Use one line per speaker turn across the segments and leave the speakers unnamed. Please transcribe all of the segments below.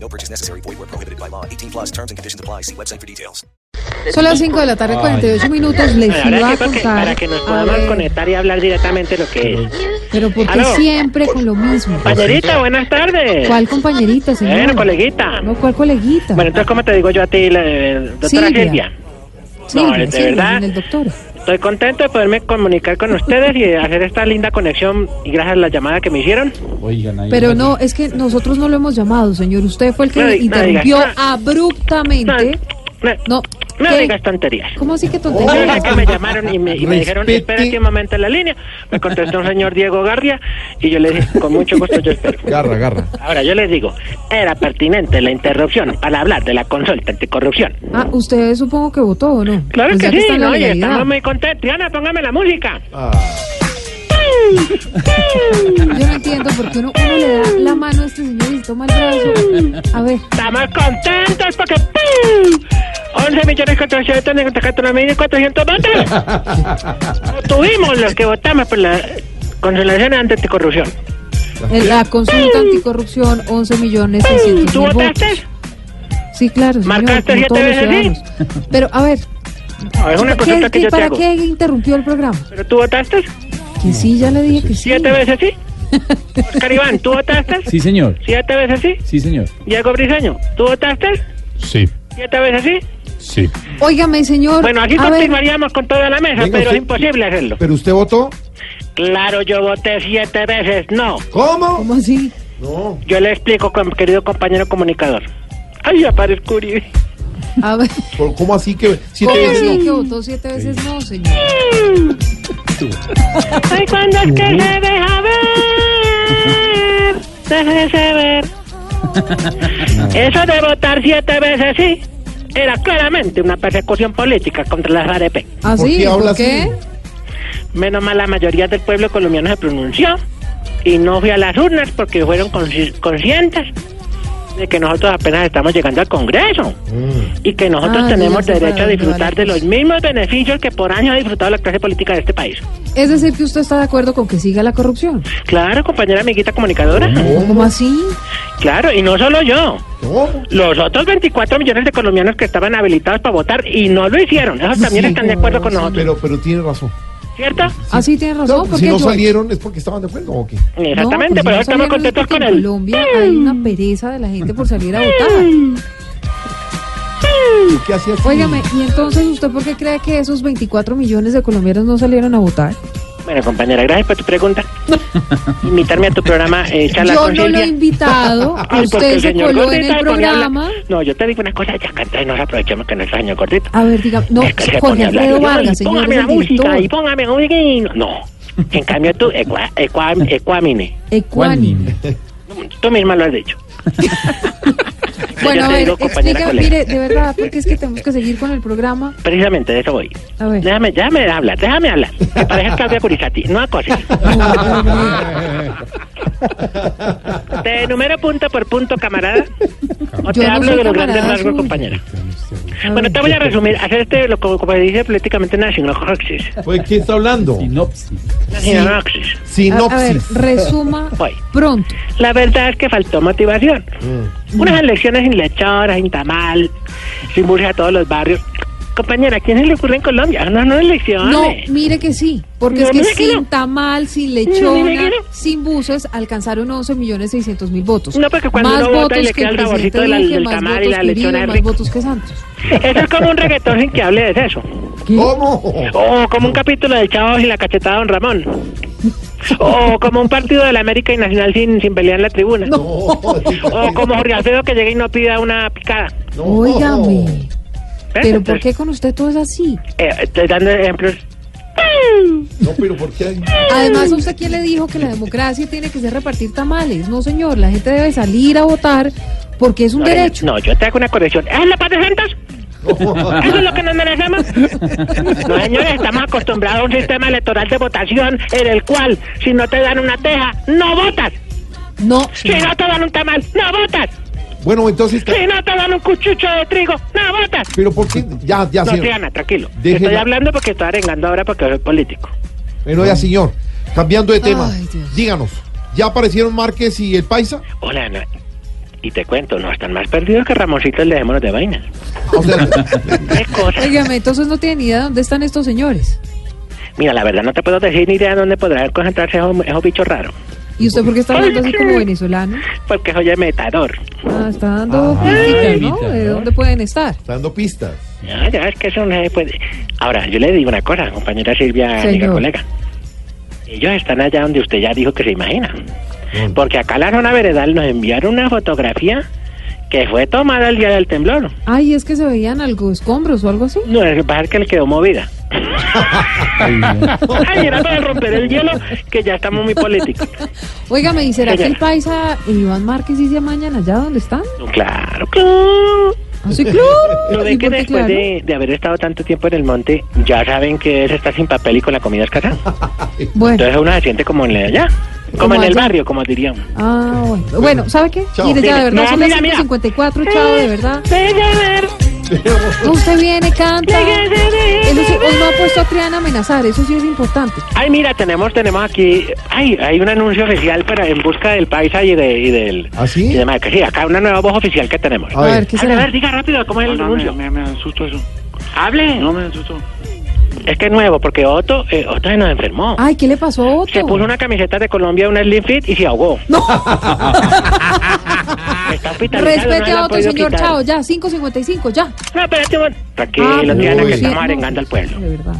No purchase necessary. Void where prohibited by law. 18 plus terms and conditions apply. See website for details.
Son las 5 de la tarde, 48 minutos. Les iba
Ahora
a
sí, porque
contar.
para que nos
a
podamos
ver,
conectar y hablar directamente lo que es.
pero ¿por qué
Aló.
siempre con lo mismo?
Compañerita, buenas tardes.
¿Cuál compañerita, señor?
Bueno, coleguita.
No, ¿Cuál coleguita?
Bueno, entonces, ¿cómo te digo yo a ti, la, eh, doctora
Silvia.
Silvia?
Silvia,
no, de
Silvia,
verdad.
con el doctor.
Estoy contento de poderme comunicar con ustedes y de hacer esta linda conexión y gracias a la llamada que me hicieron.
Oigan, ahí
Pero no, es que nosotros no lo hemos llamado, señor. Usted fue el que
No, no
interrumpió
digas. No,
abruptamente.
no,
No,
no
¿qué?
digas tonterías.
¿Cómo así que
Yo
tontería?
era que me llamaron y me, y me dijeron,
Respete.
espera aquí un momento en la línea. Me contestó un señor Diego Gardia y yo le dije, con mucho gusto yo espero.
Garra, garra.
Ahora yo les digo, era pertinente la interrupción para hablar de la consulta anticorrupción.
Ah, usted supongo que votó o no.
Claro
Pues
que
ya está
sí,
en la
no, y
legalidad.
estamos muy contentos. Diana, póngame la música.
Yo no entiendo por qué uno, uno le da la mano a este señor y toma el brazo. A ver,
Estamos contentos porque ¡pum! 11 millones 474 mil 420. Tuvimos los que votamos por la consolación anticorrupción.
en Eh, la consulta anticorrupción, 11 millones 600
¿Tú
mil
votaste?
Pues votos. Sí, claro, señor,
¿Marcaste
como
siete
todos los
veces
ciudadanos. Pero, a ver,
No, Ah, es una
¿qué-
consulta que
qué-
yo te
¿para
hago.
qué interrumpió el programa?
¿Pero tú votaste?
Que sí, ya le dije que sí.
¿Siete veces sí? Oscar Iván, ¿tú votaste?
Sí, señor.
¿Siete veces sí?
Sí, señor.
Diego Briseño, ¿tú votaste?
Sí,
¿Siete veces sí?
sí.
Óigame, señor.
Bueno, aquí
a ver,
continuaríamos con toda la mesa,
Venga,
pero
usted-
es imposible hacerlo.
¿Pero usted votó?
Claro, yo voté siete veces, no.
¿Cómo?
¿cómo así?
No.
Yo le explico, com- querido compañero comunicador. Ay, aparezco Uribe.
A ver,
¿Por- ¿Cómo así que siete
¿cómo
veces
así
no?
que votó siete veces no, señor?
Ay, ¿cuándo es que se deja ver? Déjese ver. Eso de votar siete veces sí era claramente una persecución política contra las ARP.
¿Así?
qué habla
Menos mal la mayoría del pueblo colombiano se pronunció y no fui a las urnas porque fueron consci- conscientes de que nosotros apenas estamos llegando al Congreso y que nosotros
Ah, sí,
tenemos
ya sé
derecho
para
a
dónde va la
disfrutar de
cosa.
los mismos beneficios que por años ha disfrutado la clase política de este país.
Es decir, que usted está de acuerdo con que siga la corrupción.
Claro, compañera amiguita comunicadora.
¿Cómo así?
Claro, y no solo yo.
¿Cómo?
Los otros 24 millones de colombianos que estaban habilitados para votar y no lo hicieron. Esos también
Sí.
están de acuerdo con nosotros,
Pero, pero tiene razón.
¿cierto?
Así Ah, tiene razón.
No, pues
porque
si no
yo-
salieron es porque estaban de acuerdo o qué.
No,
Exactamente,
pues si
pero
no
estamos
salieron es
contentos
porque
con
En
él. Mm.
Colombia hay una pereza de la gente por salir a votar.
¿Y qué hacía aquí?
Óigame, ¿y entonces usted por qué cree que esos 24 millones de colombianos no salieron a votar?
Bueno, compañera, gracias por tu pregunta. Invitarme a tu programa, eh, charla
Yo
con
no lo
Silvia.
he invitado,
Ay, porque
usted
el
se
señor
coló en
Gordita
el
se pone a hablar.
programa.
No, yo te digo una cosa, ya canta y nos aprovechamos que no es año gordito.
A ver, diga, no,
Es que se
Jorge
pone a hablar.
Alfredo
Y yo,
Vargas,
y
señor,
póngame
es
la
el
música y
director.
póngame música y no. No. En cambio tú, ecua- ecua- ecuánime.
Eh, Ecuánime.
Tú misma lo has dicho.
Bueno, a
te
ver,
digo, compañera
explíqueme, mire,
colega.
de verdad, porque es que tenemos que seguir con el programa.
Precisamente de eso voy.
A ver.
Déjame, déjame hablar, déjame hablar. Me parece Claudia Curizati, no acosis. Te enumero punto por punto, camarada. O
Yo
te
no
hablo
soy
de
camarada
los grandes rasgos,
suya.
compañera.
A
Bueno,
ver.
te voy a resumir. Hacer este, lo, como, como dice políticamente, una sinopsis.
Pues, ¿quién está hablando?
Sinopsis.
Una sinopsis.
A, a ver,
Sinopsis.
resuma
Voy.
pronto.
La verdad es que faltó motivación. Unas elecciones sin lechora, sin tamal, sin burja a todos los barrios. Compañera, ¿a quién se le ocurre en Colombia? No, no
No,
elecciones.
mire que sí, porque
No,
es que
mire que
sin
no.
tamal, sin
No,
lechona,
mire que no.
sin buses, alcanzaron 11 millones 600 mil votos.
No, porque cuando
más
uno vota
votos
y le
que
queda el
presidente
saborcito de la-
Duque,
del
más
tamal y
votos
la
que Uribe,
lechona de
Más
rico.
votos que Santos.
Eso es como un reggaetón sin que hable de eso.
¿Cómo?
O Oh, como un capítulo del Chavo y la cachetada de Don Ramón. O como un partido de la América y Nacional sin, sin pelear en la tribuna. O como Jorge Alfredo que llega y no pida una picada.
No.
oh.
Óigame,
¿Ves?
pero ¿por
Entonces,
qué con usted todo es así?
eh, estoy dando ejemplos.
No, pero ¿por qué hay?
Además, ¿a usted quién le dijo que la democracia tiene que ser repartir tamales? No, señor, la gente debe salir a votar porque es un
No,
derecho.
no, yo te hago una corrección. ¿Es la paz de Santos? ¿Eso es lo que nos merecemos? No, señores, estamos acostumbrados a un sistema electoral de votación en el cual, si no te dan una teja, no votas.
No.
Si no te dan un tamal, no votas.
Bueno, entonces.
Si no te dan un cuchucho de trigo, no votas.
Pero ¿por qué? Ya, ya,
No,
señor.
Triana, tranquilo. Te
Déjela.
Estoy hablando porque estoy arengando ahora porque soy político.
Bueno, ya, señor. Cambiando de tema.
Ay, Dios.
Díganos, ¿ya aparecieron Márquez y el Paisa?
Hola, Ana. Y te cuento, no están más perdidos que Ramoncito el de Démonos de Vainas.
O sea,
¿Qué cosa?
Óigame, entonces no tienen idea de dónde están estos señores.
Mira, la verdad no te puedo decir ni idea de dónde podrán concentrarse esos, esos bichos raros.
¿Y usted por qué está hablando así como venezolano?
Porque soy el metador.
Ah, está dando pistas, ¿no? ¿De dónde pueden estar?
está dando pistas.
Ah, ya, es que eso no se puede. Ahora, yo le digo una cosa, compañera Silvia, amiga
Señor.
colega. Ellos están allá donde usted ya dijo que se imagina. Porque acá en la zona veredal nos enviaron una fotografía que fue tomada el día del temblor.
Ay, es que se veían algo escombros o algo así.
No, es que pasa es que le quedó movida. Ay, era para romper el hielo, que ya estamos muy políticos.
Óigame, ¿y será que el
Señora.
paisa el Iván Márquez y se amañan allá donde están?
No, claro, claro.
Así, claro.
¿No
¿Y
ven que
por qué
después
claro?
de, de haber estado tanto tiempo en el monte, ya saben que es estar sin papel y con la comida escasa?
Bueno.
Entonces uno se siente como en el, allá, como,
Como
en el
allá.
barrio, como dirían.
Ah, bueno. Bueno, ¿sabe qué?
Chao.
Mire, ya de
Dime.
verdad
No,
son
mira, Eh. mira.
las 54, chao, de verdad. Usted viene, canta. Eso sí, hoy no ha puesto a Triana a amenazar, eso sí es importante.
Ay, mira, tenemos tenemos aquí, ay, hay un anuncio oficial para en busca del paisa y, de, y del...
¿Ah, sí?
Y de Márquez. Sí, acá una nueva voz oficial que tenemos.
A
ver.
ver, ¿qué
A ver, a
será?
ver, diga rápido, ¿cómo es el
No,
anuncio?
no, me, me, me asustó eso.
Hable.
No me asustó.
Es que es nuevo, porque Otto, eh, Otto se nos enfermó.
Ay, ¿qué le pasó a Ah, Otto?
Se puso una camiseta de Colombia, una Slim Fit y se ahogó.
No.
Está hospitalizado,
Respete Ah, a
no la han
Otto,
podido
señor,
quitar.
chao, ya, 5.55, ya.
No, espérate un momento.
Ah,
Tranquilo,
pero
Diana,
uy,
que
sí,
estamos
no,
arengando al pueblo.
De verdad.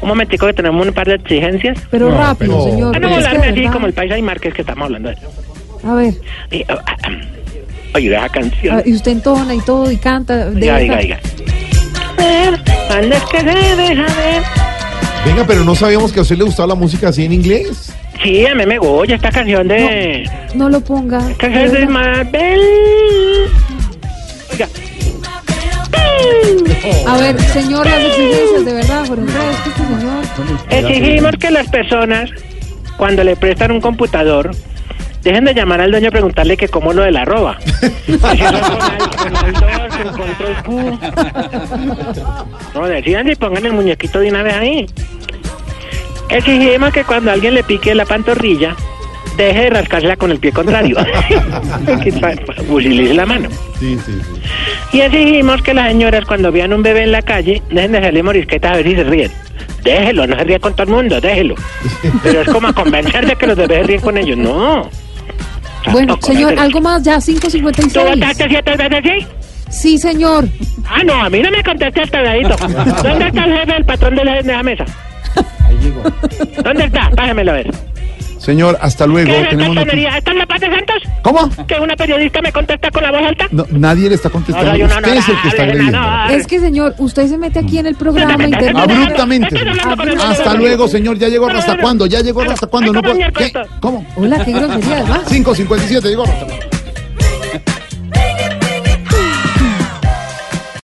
Un momentico que tenemos un par de exigencias.
Pero
No,
rápido,
pero-
señor.
Ah,
pero
no
Pues, es que
volarme
de
así
verdad.
como el paisa y Márquez que estamos hablando. de-
A ver,
Eh, ah, ah, ah. Oye, esa
a-
canción.
y usted entona y todo y canta. de
Diga, diga,
verdad.
diga. Cuando es que se deja ver.
Venga, pero no sabíamos que a usted le gustaba la música así en inglés.
Sí, a mí me gusta esta canción de...
No lo ponga.
Esta
de
canción de
verdad.
Marvel. Oiga.
A ver, señor, las exigencias, de verdad, Jorge Andrés, que este señor.
Exigimos que las personas, cuando le prestan un computador, dejen de llamar al dueño a preguntarle que cómo lo de la roba. Si lo hacen con al- con al 2, con control Q. No, decidan y pongan el muñequito de una vez ahí. Exigimos que cuando alguien le pique la pantorrilla, deje de rascársela con el pie contrario. Que pa- pa- Utilice la mano.
Sí, sí, sí.
Y exigimos que las señoras cuando vean un bebé en la calle dejen de salir morisquetas a ver si se ríen. Déjelo, no se ría con todo el mundo, déjelo. Pero es como a convencer de que los bebés ríen con ellos, no.
Bueno,
Tampoco,
señor,
déjelo.
algo más, ya,
¿Tú
5.56.
votaste siete veces sí?
Sí, señor.
Ah, no, a mí no me contesté hasta dadito. ¿Dónde está el jefe del patrón de la, de la mesa?
Ahí llegó.
¿Dónde está? Pájamelo a ver.
Señor, hasta luego.
¿Qué es esta
Tenemos noticias.
tonería? ¿Esta es la paz de Santos?
¿Cómo?
¿Que una periodista me contesta con la voz alta?
No, nadie le está
No,
contestando.
soy un
usted es el que está
honorable
agrediendo.
senador.
Es que, señor, usted se mete aquí en el programa, interrumpe.
Abruptamente. Hasta luego, señor. ¿Ya llegó hasta cuándo? ¿Ya llegó hasta cuándo? No puedo- ¿Qué? ¿Cómo?
Hola, qué grosería, además.
5.57, llegó hasta cuándo.